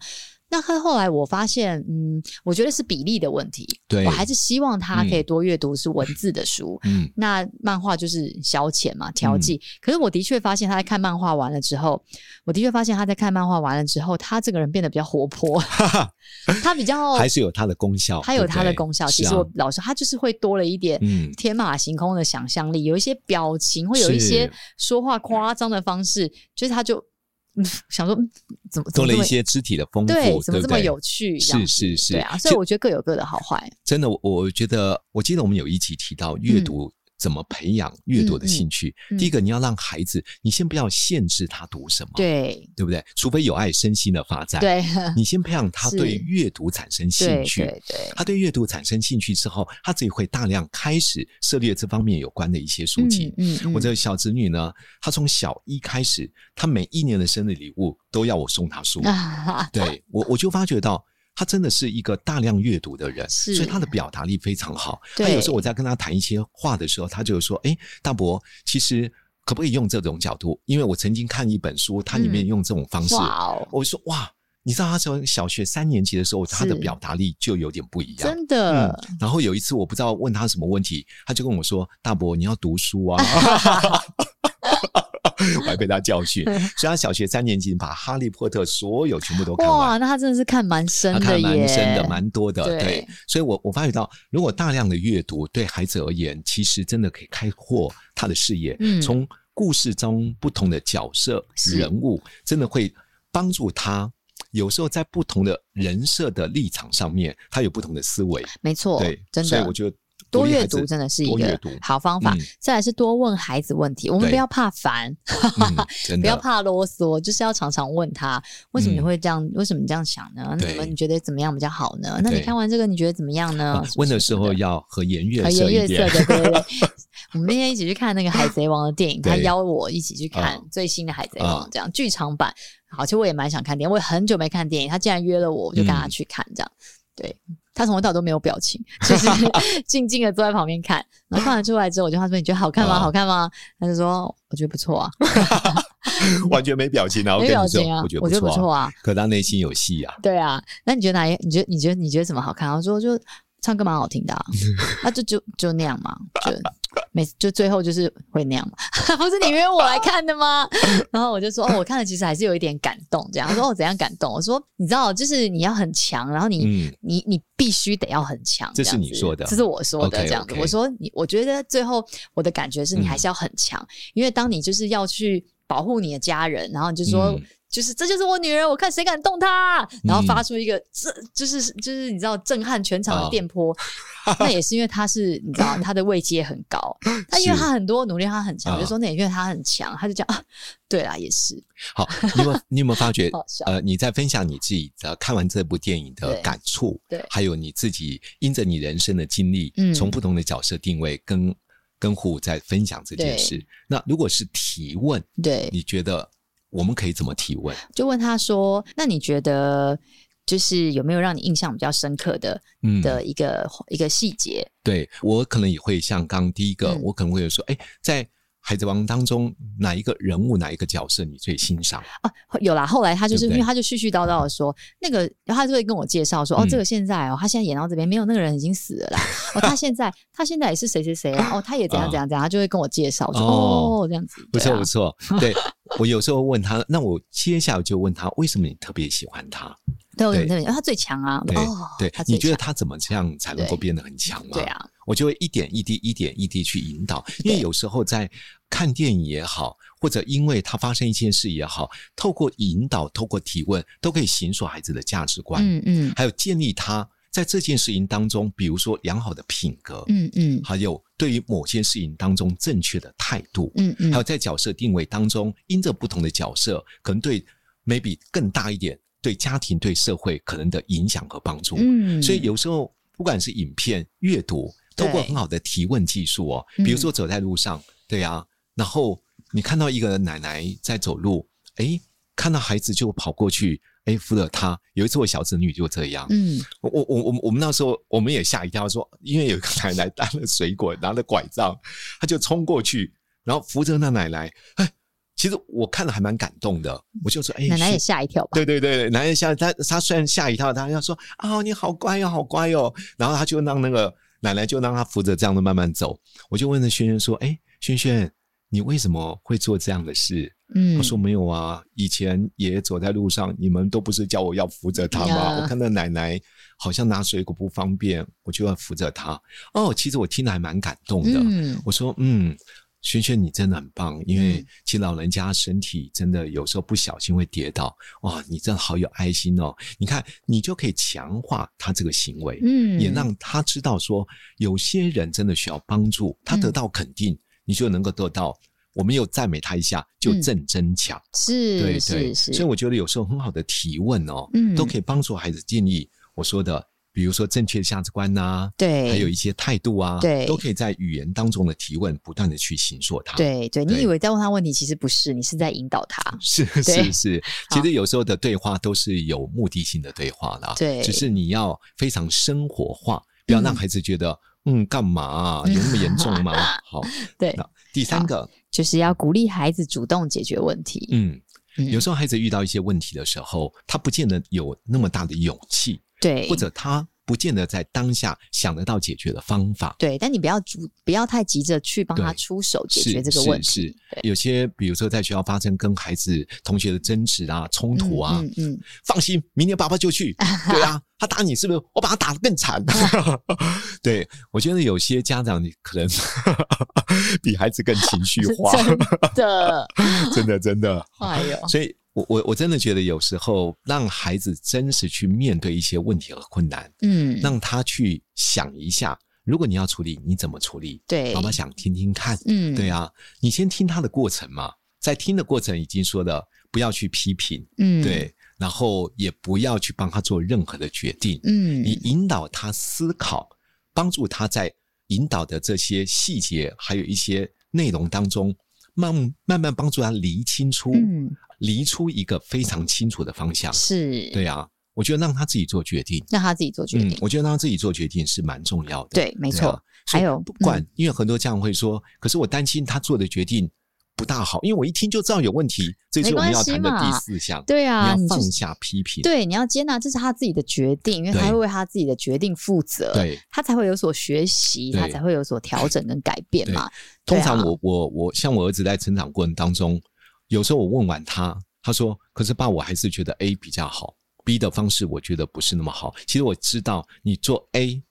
[SPEAKER 2] 那后后来我发现，嗯，我觉得是比例的问题，
[SPEAKER 4] 对
[SPEAKER 2] 我还是希望他可以多阅读是文字的书。
[SPEAKER 4] 嗯
[SPEAKER 2] 那漫画就是消遣嘛，调剂。可是我的确发现他在看漫画完了之后，我的确发现他在看漫画完了之后，他这个人变得比较活
[SPEAKER 4] <laughs>
[SPEAKER 2] 泼，他比较
[SPEAKER 4] 还是有它的功效，
[SPEAKER 2] 他哦有
[SPEAKER 4] 对不
[SPEAKER 2] 他的
[SPEAKER 4] 对
[SPEAKER 2] 功效。
[SPEAKER 4] 是
[SPEAKER 2] 其实
[SPEAKER 4] 啊
[SPEAKER 2] 我老实说，他就是会多了一点
[SPEAKER 4] 嗯
[SPEAKER 2] 天马行空的想象力，有一些表情，会有一
[SPEAKER 4] 是
[SPEAKER 2] 些说话夸张的方式，就是他就、嗯、 <laughs> 想说，嗯怎么
[SPEAKER 4] 多了
[SPEAKER 2] 怎么
[SPEAKER 4] 一。
[SPEAKER 2] 这么
[SPEAKER 4] 些肢体的丰富，
[SPEAKER 2] 对，怎么
[SPEAKER 4] 不
[SPEAKER 2] 这么
[SPEAKER 4] 对
[SPEAKER 2] 有趣？
[SPEAKER 4] 是
[SPEAKER 2] 这样子
[SPEAKER 4] 是是哦
[SPEAKER 2] 对啊，所以
[SPEAKER 4] 就
[SPEAKER 2] 我觉得各有各的好坏。
[SPEAKER 4] 真的，我我觉得，我记得我们有一集提到阅读怎么培养阅读的兴趣。
[SPEAKER 2] 嗯嗯嗯嗯
[SPEAKER 4] 第一个，你要让孩子，你先不要限制他读什么，
[SPEAKER 2] 对
[SPEAKER 4] 对不对？除非有碍身心的发展，，
[SPEAKER 2] 对
[SPEAKER 4] 你先培养他
[SPEAKER 2] 是
[SPEAKER 4] 对阅读产生啊兴
[SPEAKER 2] 对
[SPEAKER 4] 趣。
[SPEAKER 2] 对对，
[SPEAKER 4] 他对阅读产生兴趣之后，他自己会大量开始涉猎这方面有关的一些书籍。
[SPEAKER 2] 嗯嗯 <laughs>
[SPEAKER 4] 我这个小侄女呢，她从小一开始，她每一年的生日礼物都要我送她书。
[SPEAKER 2] 啊， <laughs>
[SPEAKER 4] 对我，我就发觉到他真的是一个大量阅读的人，
[SPEAKER 2] 是
[SPEAKER 4] 所以他的表达力非常好。
[SPEAKER 2] 对
[SPEAKER 4] 那有时候我在跟他谈一些话的时候，他就说：“哎，大伯，其实可不可以用这种角度？因为我曾经看一本书，它里面
[SPEAKER 2] 嗯
[SPEAKER 4] 用这种方式，
[SPEAKER 2] 哇哦，
[SPEAKER 4] 我说哇，你知道他从小学三年级的时候，他
[SPEAKER 2] 是
[SPEAKER 4] 的表达力就有点不一样。”
[SPEAKER 2] 真的，
[SPEAKER 4] 嗯，然后有一次我不知道问他什么问题，他就跟我说：“大伯，你要读书
[SPEAKER 2] <laughs>
[SPEAKER 4] 啊。”我还被他
[SPEAKER 2] <laughs>
[SPEAKER 4] 教训，所以他小学三年级把《哈利波特》所有全部都看完。
[SPEAKER 2] 哇，那他真的是看蛮深
[SPEAKER 4] 他
[SPEAKER 2] 的
[SPEAKER 4] 看
[SPEAKER 2] 耶，
[SPEAKER 4] 蛮深的，蛮多的，
[SPEAKER 2] 对
[SPEAKER 4] 对。所以我，我发觉到，如果大量的阅读对孩子而言，其实真的可以开阔他的视野，
[SPEAKER 2] 嗯
[SPEAKER 4] 从故事中不同的角色
[SPEAKER 2] 是
[SPEAKER 4] 人物，真的会帮助他。有时候在不同的人设的立场上面，他有不同的思维，
[SPEAKER 2] 没错
[SPEAKER 4] 对，，
[SPEAKER 2] 真
[SPEAKER 4] 所以
[SPEAKER 2] 的
[SPEAKER 4] 我，觉得
[SPEAKER 2] 多
[SPEAKER 4] 独立
[SPEAKER 2] 阅
[SPEAKER 4] 孩子
[SPEAKER 2] 读真的是一
[SPEAKER 4] 多阅
[SPEAKER 2] 个
[SPEAKER 4] 读
[SPEAKER 2] 好方法
[SPEAKER 4] 嗯。
[SPEAKER 2] 再来是多问孩子问题，我们
[SPEAKER 4] 对
[SPEAKER 2] 不要怕烦，
[SPEAKER 4] 嗯
[SPEAKER 2] <laughs>
[SPEAKER 4] 真
[SPEAKER 2] 不要
[SPEAKER 4] 的，
[SPEAKER 2] 怕啰嗦，就是要常常问他为什么你
[SPEAKER 4] 嗯
[SPEAKER 2] 会这样，为什么你这样想呢？那
[SPEAKER 4] 对
[SPEAKER 2] 你们你觉得怎么样比较好呢？那你
[SPEAKER 4] 对
[SPEAKER 2] 看完这个你觉得怎么样呢
[SPEAKER 4] 啊？
[SPEAKER 2] 什么
[SPEAKER 4] 问
[SPEAKER 2] 什
[SPEAKER 4] 的
[SPEAKER 2] 么
[SPEAKER 4] 时候
[SPEAKER 2] 的
[SPEAKER 4] 要和颜悦
[SPEAKER 2] 和
[SPEAKER 4] 色
[SPEAKER 2] 颜
[SPEAKER 4] 一
[SPEAKER 2] 悦色的，
[SPEAKER 4] 点。
[SPEAKER 2] 对对
[SPEAKER 4] <laughs>
[SPEAKER 2] 对。我们那天一起去看那个《海贼王》的电影，他
[SPEAKER 4] 对
[SPEAKER 2] 邀我一起去看
[SPEAKER 4] 啊
[SPEAKER 2] 最新的《海贼王
[SPEAKER 4] 啊》
[SPEAKER 2] 这样剧场版。好，其实我也蛮想看电影，我也很久没看电影，他竟然约了我，我就跟他
[SPEAKER 4] 嗯
[SPEAKER 2] 去看这样。对他从头到尾都没有表情，就是 <laughs> 静静的坐在旁边看。然后看完出来之后，我就问他说：“你觉得好看吗？
[SPEAKER 4] 啊
[SPEAKER 2] 好看吗？”他就说：“我觉得不错啊，
[SPEAKER 4] 完全没表情啊！
[SPEAKER 2] <laughs>
[SPEAKER 4] 我
[SPEAKER 2] 没
[SPEAKER 4] 跟
[SPEAKER 2] 表
[SPEAKER 4] 你说
[SPEAKER 2] 情啊，，
[SPEAKER 4] 觉
[SPEAKER 2] 我
[SPEAKER 4] 得
[SPEAKER 2] 不
[SPEAKER 4] 错
[SPEAKER 2] 错啊。”
[SPEAKER 4] 可他内心有戏啊，
[SPEAKER 2] 对啊，那你觉得哪一？你觉得你觉得你觉得什么好看？我说就唱歌蛮好听的
[SPEAKER 4] <laughs>
[SPEAKER 2] 啊，啊就就就那样嘛，就每就最后就是会那样嘛， <laughs> 不是你约我来看的吗？ <laughs> 然后我就说哦，我看了其实还是有一点感动，这样。他说哦，怎样感动？我说你知道，就是你要很强，然后 <laughs> 你、
[SPEAKER 4] 嗯，
[SPEAKER 2] 你你必须得要很强，
[SPEAKER 4] 这是
[SPEAKER 2] 样
[SPEAKER 4] 你
[SPEAKER 2] 子
[SPEAKER 4] 说的
[SPEAKER 2] 这是我说的
[SPEAKER 4] OK，
[SPEAKER 2] 这样子。
[SPEAKER 4] OK 嗯
[SPEAKER 2] 我说你，我觉得最后我的感觉是你还是要很强，因为当你就是要去保护你的家人，然后你就说。
[SPEAKER 4] 嗯
[SPEAKER 2] 就是这就是我女人，我看谁敢动她，然后
[SPEAKER 4] 嗯
[SPEAKER 2] 发出一个这、就是就是你知道震撼全场的
[SPEAKER 4] 啊
[SPEAKER 2] 电
[SPEAKER 4] <laughs>
[SPEAKER 2] 波，那也是因为她是你知道她的位阶很
[SPEAKER 4] <laughs>
[SPEAKER 2] 高，她因为
[SPEAKER 4] 是
[SPEAKER 2] 她很多努力她很强，我就
[SPEAKER 4] 啊
[SPEAKER 2] 说那也因为她很强，她就讲啊， <laughs> 对啦也是，
[SPEAKER 4] 好，你有没有你有没有发觉
[SPEAKER 2] <laughs> 好笑？
[SPEAKER 4] 呃，你在分享你自己呃看完这部电影的
[SPEAKER 2] 对
[SPEAKER 4] 感触，
[SPEAKER 2] 对
[SPEAKER 4] 还有你自己因着你人生的经历，
[SPEAKER 2] 嗯
[SPEAKER 4] 从不同的角色定位跟跟户在分享这件
[SPEAKER 2] 对
[SPEAKER 4] 事。那如果是提问，
[SPEAKER 2] 对，
[SPEAKER 4] 你觉得我们可以怎么提问？
[SPEAKER 2] 就问他说：“那你觉得就是有没有让你印象比较深刻的
[SPEAKER 4] 嗯
[SPEAKER 2] 的一个、一个细节
[SPEAKER 4] 对我可能也会像刚第一个，
[SPEAKER 2] 嗯
[SPEAKER 4] 我可能会说，哎，在《海贼王》当中哪一个人物、哪一个角色你最欣赏？
[SPEAKER 2] 啊？有啦，后来他就是
[SPEAKER 4] 对不
[SPEAKER 2] 因
[SPEAKER 4] 对
[SPEAKER 2] 为他就絮絮叨叨的说，那个他就会跟我介绍说，哦，
[SPEAKER 4] 嗯
[SPEAKER 2] 这个现在哦，他现在演到这边没有那个人已经死了啦，哦，他现在他现在也是谁谁谁啊，哦，他也怎样怎样怎样，他就会跟我介绍，我说哦
[SPEAKER 4] 哦
[SPEAKER 2] 这样子，
[SPEAKER 4] 不
[SPEAKER 2] 对
[SPEAKER 4] 错
[SPEAKER 2] 啊
[SPEAKER 4] 不错，
[SPEAKER 2] <laughs>
[SPEAKER 4] 对我有时候问他，那我接下来就问他，为什么你特别喜欢他？
[SPEAKER 2] 对，我
[SPEAKER 4] 对
[SPEAKER 2] 怎么这么他最强啊，
[SPEAKER 4] 对、
[SPEAKER 2] 哦，
[SPEAKER 4] 对
[SPEAKER 2] 他，最
[SPEAKER 4] 你觉得
[SPEAKER 2] 强
[SPEAKER 4] 他怎么这样才能够变得很强吗？
[SPEAKER 2] 对，啊，
[SPEAKER 4] 我就会一点一滴、一点一滴去引导，因为
[SPEAKER 2] 对
[SPEAKER 4] 有时候在看电影也好，或者因为他发生一件事也好，透过引导、透过提问，都可以形塑孩子的价值观，
[SPEAKER 2] 嗯嗯
[SPEAKER 4] 还有建立他在这件事情当中，比如说良好的品格，
[SPEAKER 2] 嗯嗯
[SPEAKER 4] 还有对于某件事情当中正确的态度，
[SPEAKER 2] 嗯
[SPEAKER 4] 还有
[SPEAKER 2] 嗯，
[SPEAKER 4] 在角色定位当中，因着不同的角色，可能对 maybe 更大一点，对家庭、对社会可能的影响和帮助。
[SPEAKER 2] 嗯
[SPEAKER 4] 所以有时候不管是影片、阅读，
[SPEAKER 2] 对
[SPEAKER 4] 通过很好的提问技术哦，
[SPEAKER 2] 嗯
[SPEAKER 4] 比如说走在路上，对啊，然后你看到一个奶奶在走路，诶，看到孩子就跑过去，诶，扶了她。有一次我小侄女就这样，
[SPEAKER 2] 嗯
[SPEAKER 4] 我我我我们我们那时候我们也吓一跳说，因为有一个奶奶担了水果，拿了拐杖，她就冲过去，然后扶着那奶奶。哎，其实我看了还蛮感动的，我就说，哎，
[SPEAKER 2] 奶奶也
[SPEAKER 4] 是
[SPEAKER 2] 吓一跳 <laughs> 吧，
[SPEAKER 4] 对对对，对奶奶吓她，她虽然吓一跳，她要说啊、你好乖哦，好乖哦，然后她就让那个奶奶就让她扶着这样的慢慢走。我就问了轩轩说，哎，轩轩，你为什么会做这样的事？
[SPEAKER 2] 嗯
[SPEAKER 4] 他说没有啊，以前也走在路上，你们都不是叫我要扶着她吗？
[SPEAKER 2] 呀
[SPEAKER 4] 我看到奶奶好像拿水果不方便，我就要扶着她。哦，其实我听了还蛮感动的。
[SPEAKER 2] 嗯
[SPEAKER 4] 我说嗯，轩轩你真的很棒，因为
[SPEAKER 2] 嗯
[SPEAKER 4] 其实老人家身体真的有时候不小心会跌倒，哇，你真的好有爱心哦！你看，你就可以强化他这个行为。
[SPEAKER 2] 嗯
[SPEAKER 4] 也让他知道说，有些人真的需要帮助，他
[SPEAKER 2] 嗯
[SPEAKER 4] 得到肯定，你就能够得到。我们又赞美他一下，就
[SPEAKER 2] 嗯
[SPEAKER 4] 正增强。
[SPEAKER 2] 是
[SPEAKER 4] 对对，
[SPEAKER 2] 是是，
[SPEAKER 4] 所以我觉得有时候很好的提问哦，
[SPEAKER 2] 嗯
[SPEAKER 4] 都可以帮助孩子建立我说的，比如说正确的价值观呐、
[SPEAKER 2] 对，
[SPEAKER 4] 还有一些态度啊，
[SPEAKER 2] 对
[SPEAKER 4] 都可以在语言当中的提问不断的去形塑它。。
[SPEAKER 2] 对对，你
[SPEAKER 4] 对
[SPEAKER 2] 以为在问他问题，其实不是，你是在引导他。
[SPEAKER 4] 是
[SPEAKER 2] 对
[SPEAKER 4] 是是，其实有时候的对话都是有目的性的对话啦，
[SPEAKER 2] 对
[SPEAKER 4] 只是你要非常生活化，不要让孩子觉得嗯干嘛啊有那么严重
[SPEAKER 2] <laughs>
[SPEAKER 4] 吗？好，
[SPEAKER 2] 对，
[SPEAKER 4] 那第三个，
[SPEAKER 2] 就是要鼓励孩子主动解决问题。
[SPEAKER 4] 嗯，
[SPEAKER 2] 嗯
[SPEAKER 4] 有时候孩子遇到一些问题的时候，他不见得有那么大的勇气，
[SPEAKER 2] 对，
[SPEAKER 4] 或者他不见得在当下想得到解决的方法。
[SPEAKER 2] 对，但你不要主，不要太急着去帮他
[SPEAKER 4] 对
[SPEAKER 2] 出手解
[SPEAKER 4] 是
[SPEAKER 2] 决这个问题。
[SPEAKER 4] 是是，有些比如说在学校发生跟孩子同学的争执啊、冲突啊，
[SPEAKER 2] 嗯
[SPEAKER 4] <laughs>
[SPEAKER 2] 嗯，嗯
[SPEAKER 4] 放心，明天爸爸就
[SPEAKER 2] <laughs>
[SPEAKER 4] 去。对啊，他打你是不是？我把他打得更惨。对，我觉得有些家长你可能 <laughs> 比孩子更情
[SPEAKER 2] <laughs>
[SPEAKER 4] 绪
[SPEAKER 2] 是
[SPEAKER 4] 化，
[SPEAKER 2] 真的。
[SPEAKER 4] 真的
[SPEAKER 2] <laughs>
[SPEAKER 4] 真的。
[SPEAKER 2] 哎呦，
[SPEAKER 4] <laughs> 所以我我我真的觉得有时候让孩子真实去面对一些问题和困难，
[SPEAKER 2] 嗯，
[SPEAKER 4] 让他去想一下，如果你要处理，你怎么处理？
[SPEAKER 2] 对
[SPEAKER 4] 妈，妈想听听看，
[SPEAKER 2] 嗯，
[SPEAKER 4] 对啊，你先听他的过程嘛，在听的过程已经说了，不要去批评，
[SPEAKER 2] 嗯，，
[SPEAKER 4] 对，然后也不要去帮他做任何的决定，
[SPEAKER 2] 嗯，
[SPEAKER 4] 你引导他思考，帮助他在引导的这些细节，还有一些内容当中，慢慢慢帮助他厘清出，
[SPEAKER 2] 嗯
[SPEAKER 4] 厘出一个非常清楚的方向。
[SPEAKER 2] 是，
[SPEAKER 4] 对啊，我觉得让他自己做决定，
[SPEAKER 2] 让他自己做决
[SPEAKER 4] 嗯
[SPEAKER 2] 定，，
[SPEAKER 4] 我觉得让他自己做决定是蛮重要的。
[SPEAKER 2] 对，没
[SPEAKER 4] 对
[SPEAKER 2] 错
[SPEAKER 4] 啊，所
[SPEAKER 2] 还
[SPEAKER 4] 以
[SPEAKER 2] 有嗯
[SPEAKER 4] 不管，因为很多家长会说，可是我担心他做的决定不大好，因为我一听就知道有问题。这
[SPEAKER 2] 没
[SPEAKER 4] 是我们
[SPEAKER 2] 关
[SPEAKER 4] 要
[SPEAKER 2] 系
[SPEAKER 4] 谈的第
[SPEAKER 2] 嘛
[SPEAKER 4] 四项，
[SPEAKER 2] 对啊，
[SPEAKER 4] 你
[SPEAKER 2] 你
[SPEAKER 4] 要
[SPEAKER 2] 就
[SPEAKER 4] 放
[SPEAKER 2] 是
[SPEAKER 4] 下批评。
[SPEAKER 2] 对，你要接纳这是他自己的决定，因为他
[SPEAKER 4] 对
[SPEAKER 2] 会为他自己的决定负责，
[SPEAKER 4] 对
[SPEAKER 2] 他才会有所学习，他
[SPEAKER 4] 对
[SPEAKER 2] 才会有所调整跟改变嘛。对
[SPEAKER 4] 通
[SPEAKER 2] 啊
[SPEAKER 4] 常我我我像我儿子在成长过程当中，有时候我问完他，他说：“可是爸，我还是觉得 A 比较好，B 的方式我觉得不是那么好。”其实我知道你做 A，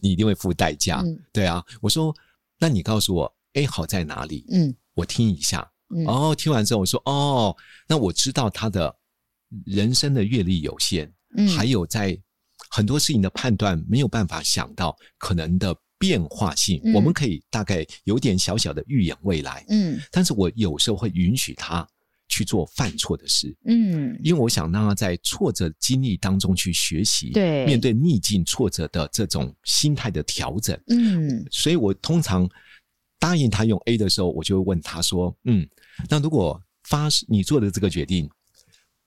[SPEAKER 4] 你一定会付代价。
[SPEAKER 2] 嗯
[SPEAKER 4] 对啊，我说：“那你告诉我 A 好在哪里？
[SPEAKER 2] 嗯
[SPEAKER 4] 我听一下。”
[SPEAKER 2] 嗯
[SPEAKER 4] 哦，听完之后我说：“哦，那我知道他的人生的阅历有限，
[SPEAKER 2] 嗯，
[SPEAKER 4] 还有在很多事情的判断没有办法想到可能的变化性，
[SPEAKER 2] 嗯
[SPEAKER 4] 我们可以大概有点小小的预演未来，
[SPEAKER 2] 嗯
[SPEAKER 4] 但是我有时候会允许他去做犯错的事，
[SPEAKER 2] 嗯
[SPEAKER 4] 因为我想让他在挫折经历当中去学习，
[SPEAKER 2] 对
[SPEAKER 4] 面对逆境挫折的这种心态的调整，
[SPEAKER 2] 嗯
[SPEAKER 4] 所以我通常答应他用 A 的时候，我就会问他说：“嗯，那如果发你做的这个决定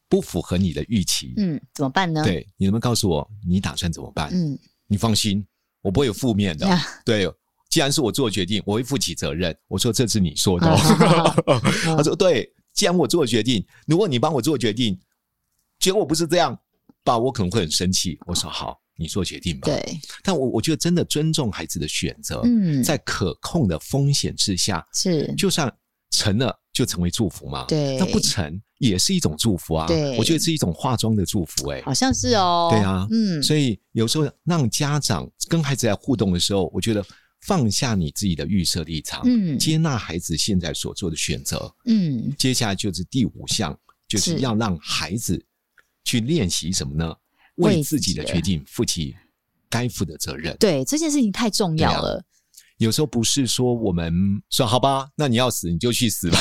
[SPEAKER 4] 不符合你的预期，
[SPEAKER 2] 嗯，怎么办呢？，
[SPEAKER 4] 对你能不能告诉我你打算怎么办？
[SPEAKER 2] 嗯
[SPEAKER 4] 你放心，我不会有负面的。
[SPEAKER 2] 呀
[SPEAKER 4] 对，既然是我做的决定，我会负起责任。我说这是你
[SPEAKER 2] 嗯
[SPEAKER 4] 说的哦、 <laughs> 他说对，既然我做的决定，如果你帮我做决定，结果不是这样，爸，我可能会很生气。我说好，你做决定吧。
[SPEAKER 2] 对，
[SPEAKER 4] 但我我觉得真的尊重孩子的选择，
[SPEAKER 2] 嗯
[SPEAKER 4] 在可控的风险之下，
[SPEAKER 2] 是，
[SPEAKER 4] 就算成了就成为祝福嘛。
[SPEAKER 2] 对
[SPEAKER 4] 那不成也是一种祝福啊。
[SPEAKER 2] 对
[SPEAKER 4] 我觉得是一种化妆的祝福、哎。
[SPEAKER 2] 好像是哦，
[SPEAKER 4] 对啊
[SPEAKER 2] 嗯，
[SPEAKER 4] 所以有时候让家长跟孩子在互动的时候，我觉得放下你自己的预设立场，
[SPEAKER 2] 嗯
[SPEAKER 4] 接纳孩子现在所做的选择。
[SPEAKER 2] 嗯
[SPEAKER 4] 接下来就是第五项，就是
[SPEAKER 2] 是
[SPEAKER 4] 要让孩子去练习什么呢？
[SPEAKER 2] 为
[SPEAKER 4] 为自己的
[SPEAKER 2] 自己
[SPEAKER 4] 决定负起该负的责任。
[SPEAKER 2] 对，这件事情太重要
[SPEAKER 4] 对啊
[SPEAKER 2] 了，
[SPEAKER 4] 有时候不是说我们说好吧，那你要死你就去死吧，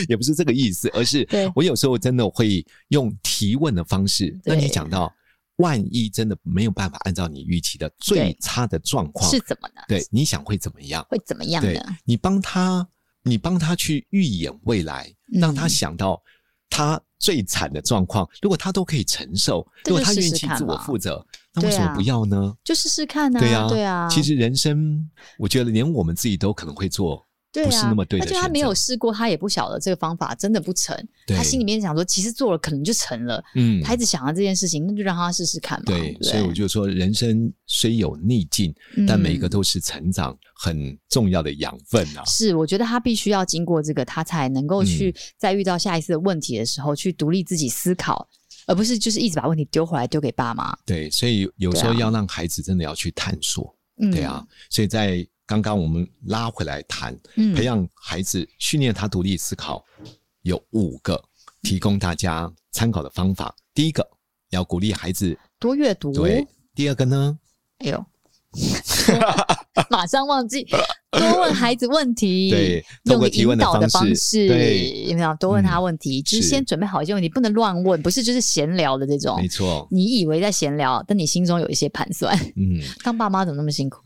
[SPEAKER 4] <laughs> 也不是这个意思，而是
[SPEAKER 2] 对
[SPEAKER 4] 我有时候真的会用提问的方式。那
[SPEAKER 2] 对
[SPEAKER 4] 你讲到，万一真的没有办法按照你预期的最差的状况，
[SPEAKER 2] 是怎么呢？
[SPEAKER 4] 对，你想会怎么样？
[SPEAKER 2] 会怎么样
[SPEAKER 4] 对
[SPEAKER 2] 呢？
[SPEAKER 4] 你帮他，你帮他去预演未来，
[SPEAKER 2] 嗯
[SPEAKER 4] 让他想到他最惨的状况，如果他都可以承受，
[SPEAKER 2] 这
[SPEAKER 4] 如
[SPEAKER 2] 就
[SPEAKER 4] 果他愿
[SPEAKER 2] 试
[SPEAKER 4] 意
[SPEAKER 2] 试看
[SPEAKER 4] 自我
[SPEAKER 2] 嘛
[SPEAKER 4] 负责，那为
[SPEAKER 2] 对
[SPEAKER 4] 什么
[SPEAKER 2] 啊
[SPEAKER 4] 不要呢？
[SPEAKER 2] 就试试看啊，
[SPEAKER 4] 对呀、
[SPEAKER 2] 对啊，
[SPEAKER 4] 其实人生，我觉得连我们自己都可能会做
[SPEAKER 2] 对
[SPEAKER 4] 不是
[SPEAKER 2] 啊，
[SPEAKER 4] 那么对
[SPEAKER 2] 那
[SPEAKER 4] 的
[SPEAKER 2] 就
[SPEAKER 4] 选择。
[SPEAKER 2] 他没有试过，他也不晓得这个方法真的不成。
[SPEAKER 4] 对
[SPEAKER 2] 他心里面想说，其实做了可能就成了。
[SPEAKER 4] 嗯，
[SPEAKER 2] 他一直想到这件事情，那就让他试试看嘛。对
[SPEAKER 4] 对
[SPEAKER 2] 不，对，
[SPEAKER 4] 所以我就说，人生虽有逆境，但每个都是成长很重要的养分啊。
[SPEAKER 2] 嗯是，我觉得他必须要经过这个，他才能够去
[SPEAKER 4] 嗯
[SPEAKER 2] 在遇到下一次的问题的时候，去独立自己思考，而不是就是一直把问题丢回来丢给爸妈。
[SPEAKER 4] 对，所以有时候
[SPEAKER 2] 对啊
[SPEAKER 4] 要让孩子真的要去探索，
[SPEAKER 2] 嗯，
[SPEAKER 4] 对啊，。所以在刚刚我们拉回来谈，
[SPEAKER 2] 嗯
[SPEAKER 4] 培养孩子训练他独立思考，有五个
[SPEAKER 2] 嗯
[SPEAKER 4] 提供大家参考的方法。第一个要鼓励孩子，
[SPEAKER 2] 多阅读。
[SPEAKER 4] 对；第二个呢，
[SPEAKER 2] 哎呦，马上忘记多问孩子问题，
[SPEAKER 4] <laughs> 对
[SPEAKER 2] 用
[SPEAKER 4] 透过
[SPEAKER 2] 个
[SPEAKER 4] 提
[SPEAKER 2] 引
[SPEAKER 4] 问的
[SPEAKER 2] 导的
[SPEAKER 4] 方
[SPEAKER 2] 方
[SPEAKER 4] 式
[SPEAKER 2] 式，
[SPEAKER 4] 对嗯
[SPEAKER 2] 有没有多问他问题？就是
[SPEAKER 4] 是
[SPEAKER 2] 先准备好一些问题，不能乱问，不是就是闲聊的这种
[SPEAKER 4] 没。错，
[SPEAKER 2] 你以为在闲聊，但你心中有一些盘算。 <laughs>
[SPEAKER 4] 嗯，
[SPEAKER 2] 当爸妈怎么那么辛苦？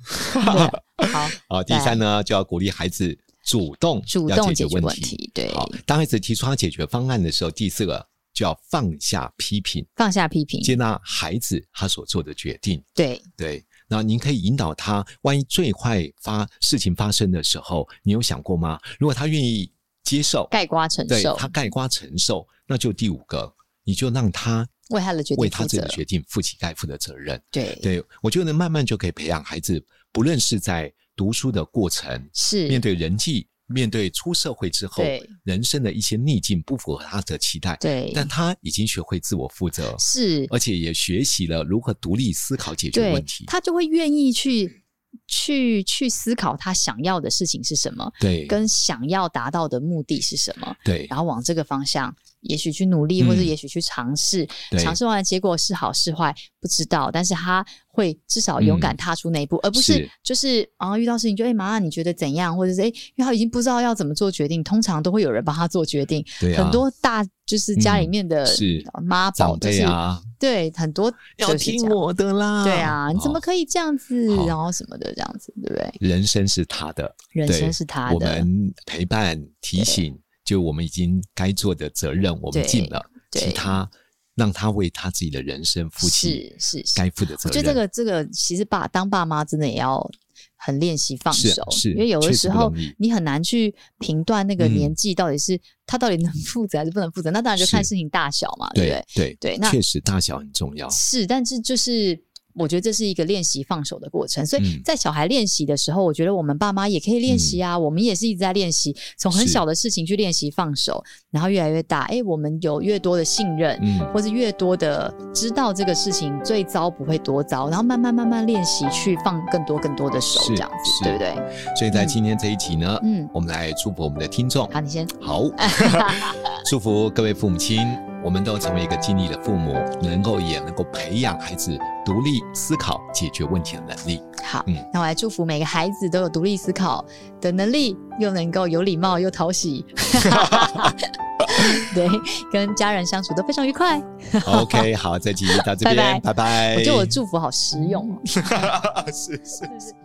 [SPEAKER 2] 对好，
[SPEAKER 4] 好，啊第三呢，就要鼓励孩子主动
[SPEAKER 2] 主
[SPEAKER 4] 要
[SPEAKER 2] 动
[SPEAKER 4] 解
[SPEAKER 2] 解决
[SPEAKER 4] 问
[SPEAKER 2] 问题，对，
[SPEAKER 4] 好，当孩子提出他解决方案的时候，第四个就要放下批评，
[SPEAKER 2] 放下批评，
[SPEAKER 4] 接纳孩子他所做的决定。
[SPEAKER 2] 对，
[SPEAKER 4] 对，那您可以引导他，万一最坏发事情发生的时候，你有想过吗？如果他愿意接受，
[SPEAKER 2] 盖瓜承
[SPEAKER 4] 对
[SPEAKER 2] 受
[SPEAKER 4] 他，盖瓜承受，那就第五个，你就让他
[SPEAKER 2] 为他的决定
[SPEAKER 4] 为他
[SPEAKER 2] 负
[SPEAKER 4] 自己的
[SPEAKER 2] 责，
[SPEAKER 4] 决定负起该负的责任。
[SPEAKER 2] 对，
[SPEAKER 4] 对我觉得慢慢就可以培养孩子，不论是在读书的过程，
[SPEAKER 2] 是
[SPEAKER 4] 面对人际，面对出社会之后
[SPEAKER 2] 对
[SPEAKER 4] 人生的一些逆境不符合他的期待，
[SPEAKER 2] 对，
[SPEAKER 4] 但他已经学会自我负责，
[SPEAKER 2] 是
[SPEAKER 4] 而且也学习了如何独立思考解决
[SPEAKER 2] 对
[SPEAKER 4] 问题，。
[SPEAKER 2] 他就会愿意去去去思考他想要的事情是什么，
[SPEAKER 4] 对，
[SPEAKER 2] 跟想要达到的目的是什么，
[SPEAKER 4] 对
[SPEAKER 2] 然后往这个方向也许去努力，或者
[SPEAKER 4] 嗯
[SPEAKER 2] 也许去尝试，
[SPEAKER 4] 对
[SPEAKER 2] 尝试完的结果是好是坏不知道，但是他会至少勇敢踏出那一步，而不是
[SPEAKER 4] 嗯是
[SPEAKER 2] 就是啊遇到事情就哎妈妈你觉得怎样，或者是哎因为他已经不知道要怎么做决定，通常都会有人帮他做决定，
[SPEAKER 4] 对啊，
[SPEAKER 2] 很多大就是家里面的
[SPEAKER 4] 嗯是
[SPEAKER 2] 妈宝
[SPEAKER 4] 长
[SPEAKER 2] 就
[SPEAKER 4] 辈
[SPEAKER 2] 是、
[SPEAKER 4] 啊，
[SPEAKER 2] 对很多
[SPEAKER 4] 要
[SPEAKER 2] 就是这
[SPEAKER 4] 听哦
[SPEAKER 2] 样。
[SPEAKER 4] 我的啦。
[SPEAKER 2] 对啊，你怎么
[SPEAKER 4] 哦？
[SPEAKER 2] 可以这样子，
[SPEAKER 4] 好
[SPEAKER 2] 然后什么的这样子，对不对？
[SPEAKER 4] 人生是他的，
[SPEAKER 2] 人
[SPEAKER 4] 对
[SPEAKER 2] 生是他
[SPEAKER 4] 我
[SPEAKER 2] 的，
[SPEAKER 4] 们陪伴、提醒，就我们已经该做的责任，我
[SPEAKER 2] 对
[SPEAKER 4] 们尽了，
[SPEAKER 2] 对
[SPEAKER 4] 其他让他为他自己的人生负起
[SPEAKER 2] 是是是
[SPEAKER 4] 该负的责
[SPEAKER 2] 我
[SPEAKER 4] 任。
[SPEAKER 2] 觉得这个这个其实爸当爸妈真的也要很练习放
[SPEAKER 4] 是啊
[SPEAKER 2] 手，
[SPEAKER 4] 是
[SPEAKER 2] 因为有的
[SPEAKER 4] 确实
[SPEAKER 2] 时
[SPEAKER 4] 不
[SPEAKER 2] 候
[SPEAKER 4] 容易
[SPEAKER 2] 你很难去评断那个
[SPEAKER 4] 嗯
[SPEAKER 2] 年纪到底是、他到底能负责还是不能负责，那当然就是看事情大小嘛，对不
[SPEAKER 4] 对
[SPEAKER 2] 对？
[SPEAKER 4] 对
[SPEAKER 2] 对那
[SPEAKER 4] 确实大小很重要。
[SPEAKER 2] 是，但是就是。我觉得这是一个练习放手的过程，所以
[SPEAKER 4] 嗯
[SPEAKER 2] 在小孩练习的时候，我觉得我们爸妈也可以练习啊，我们也是一直在练习，从很
[SPEAKER 4] 是
[SPEAKER 2] 小的事情去练习放手，然后越来越大，哎，我们有越多的信任，
[SPEAKER 4] 嗯，
[SPEAKER 2] 或是越多的知道这个事情最糟不会多糟，然后慢慢慢慢练习去放更多更多的手，
[SPEAKER 4] 是
[SPEAKER 2] 这样子
[SPEAKER 4] 是
[SPEAKER 2] 对不对？
[SPEAKER 4] 所以在今天这一集呢，
[SPEAKER 2] 嗯，
[SPEAKER 4] 我们来祝福我们的听众。
[SPEAKER 2] 好，你先。
[SPEAKER 4] 好，
[SPEAKER 2] <laughs>
[SPEAKER 4] 祝福各位父母亲，我们都成为一个尽力的父母，能够也能够培养孩子独立思考、解决问题的
[SPEAKER 2] <laughs>
[SPEAKER 4] 能力。
[SPEAKER 2] 好，
[SPEAKER 4] 嗯
[SPEAKER 2] 那我来祝福每个孩子都有独立思考的能力，又能够有礼貌又讨喜，对，跟家人相处都非常愉快。
[SPEAKER 4] OK，好，这集到这边，
[SPEAKER 2] 拜拜
[SPEAKER 4] 拜拜
[SPEAKER 2] 我觉得我祝福好实用哦。
[SPEAKER 4] <laughs> 是是。
[SPEAKER 2] 是不是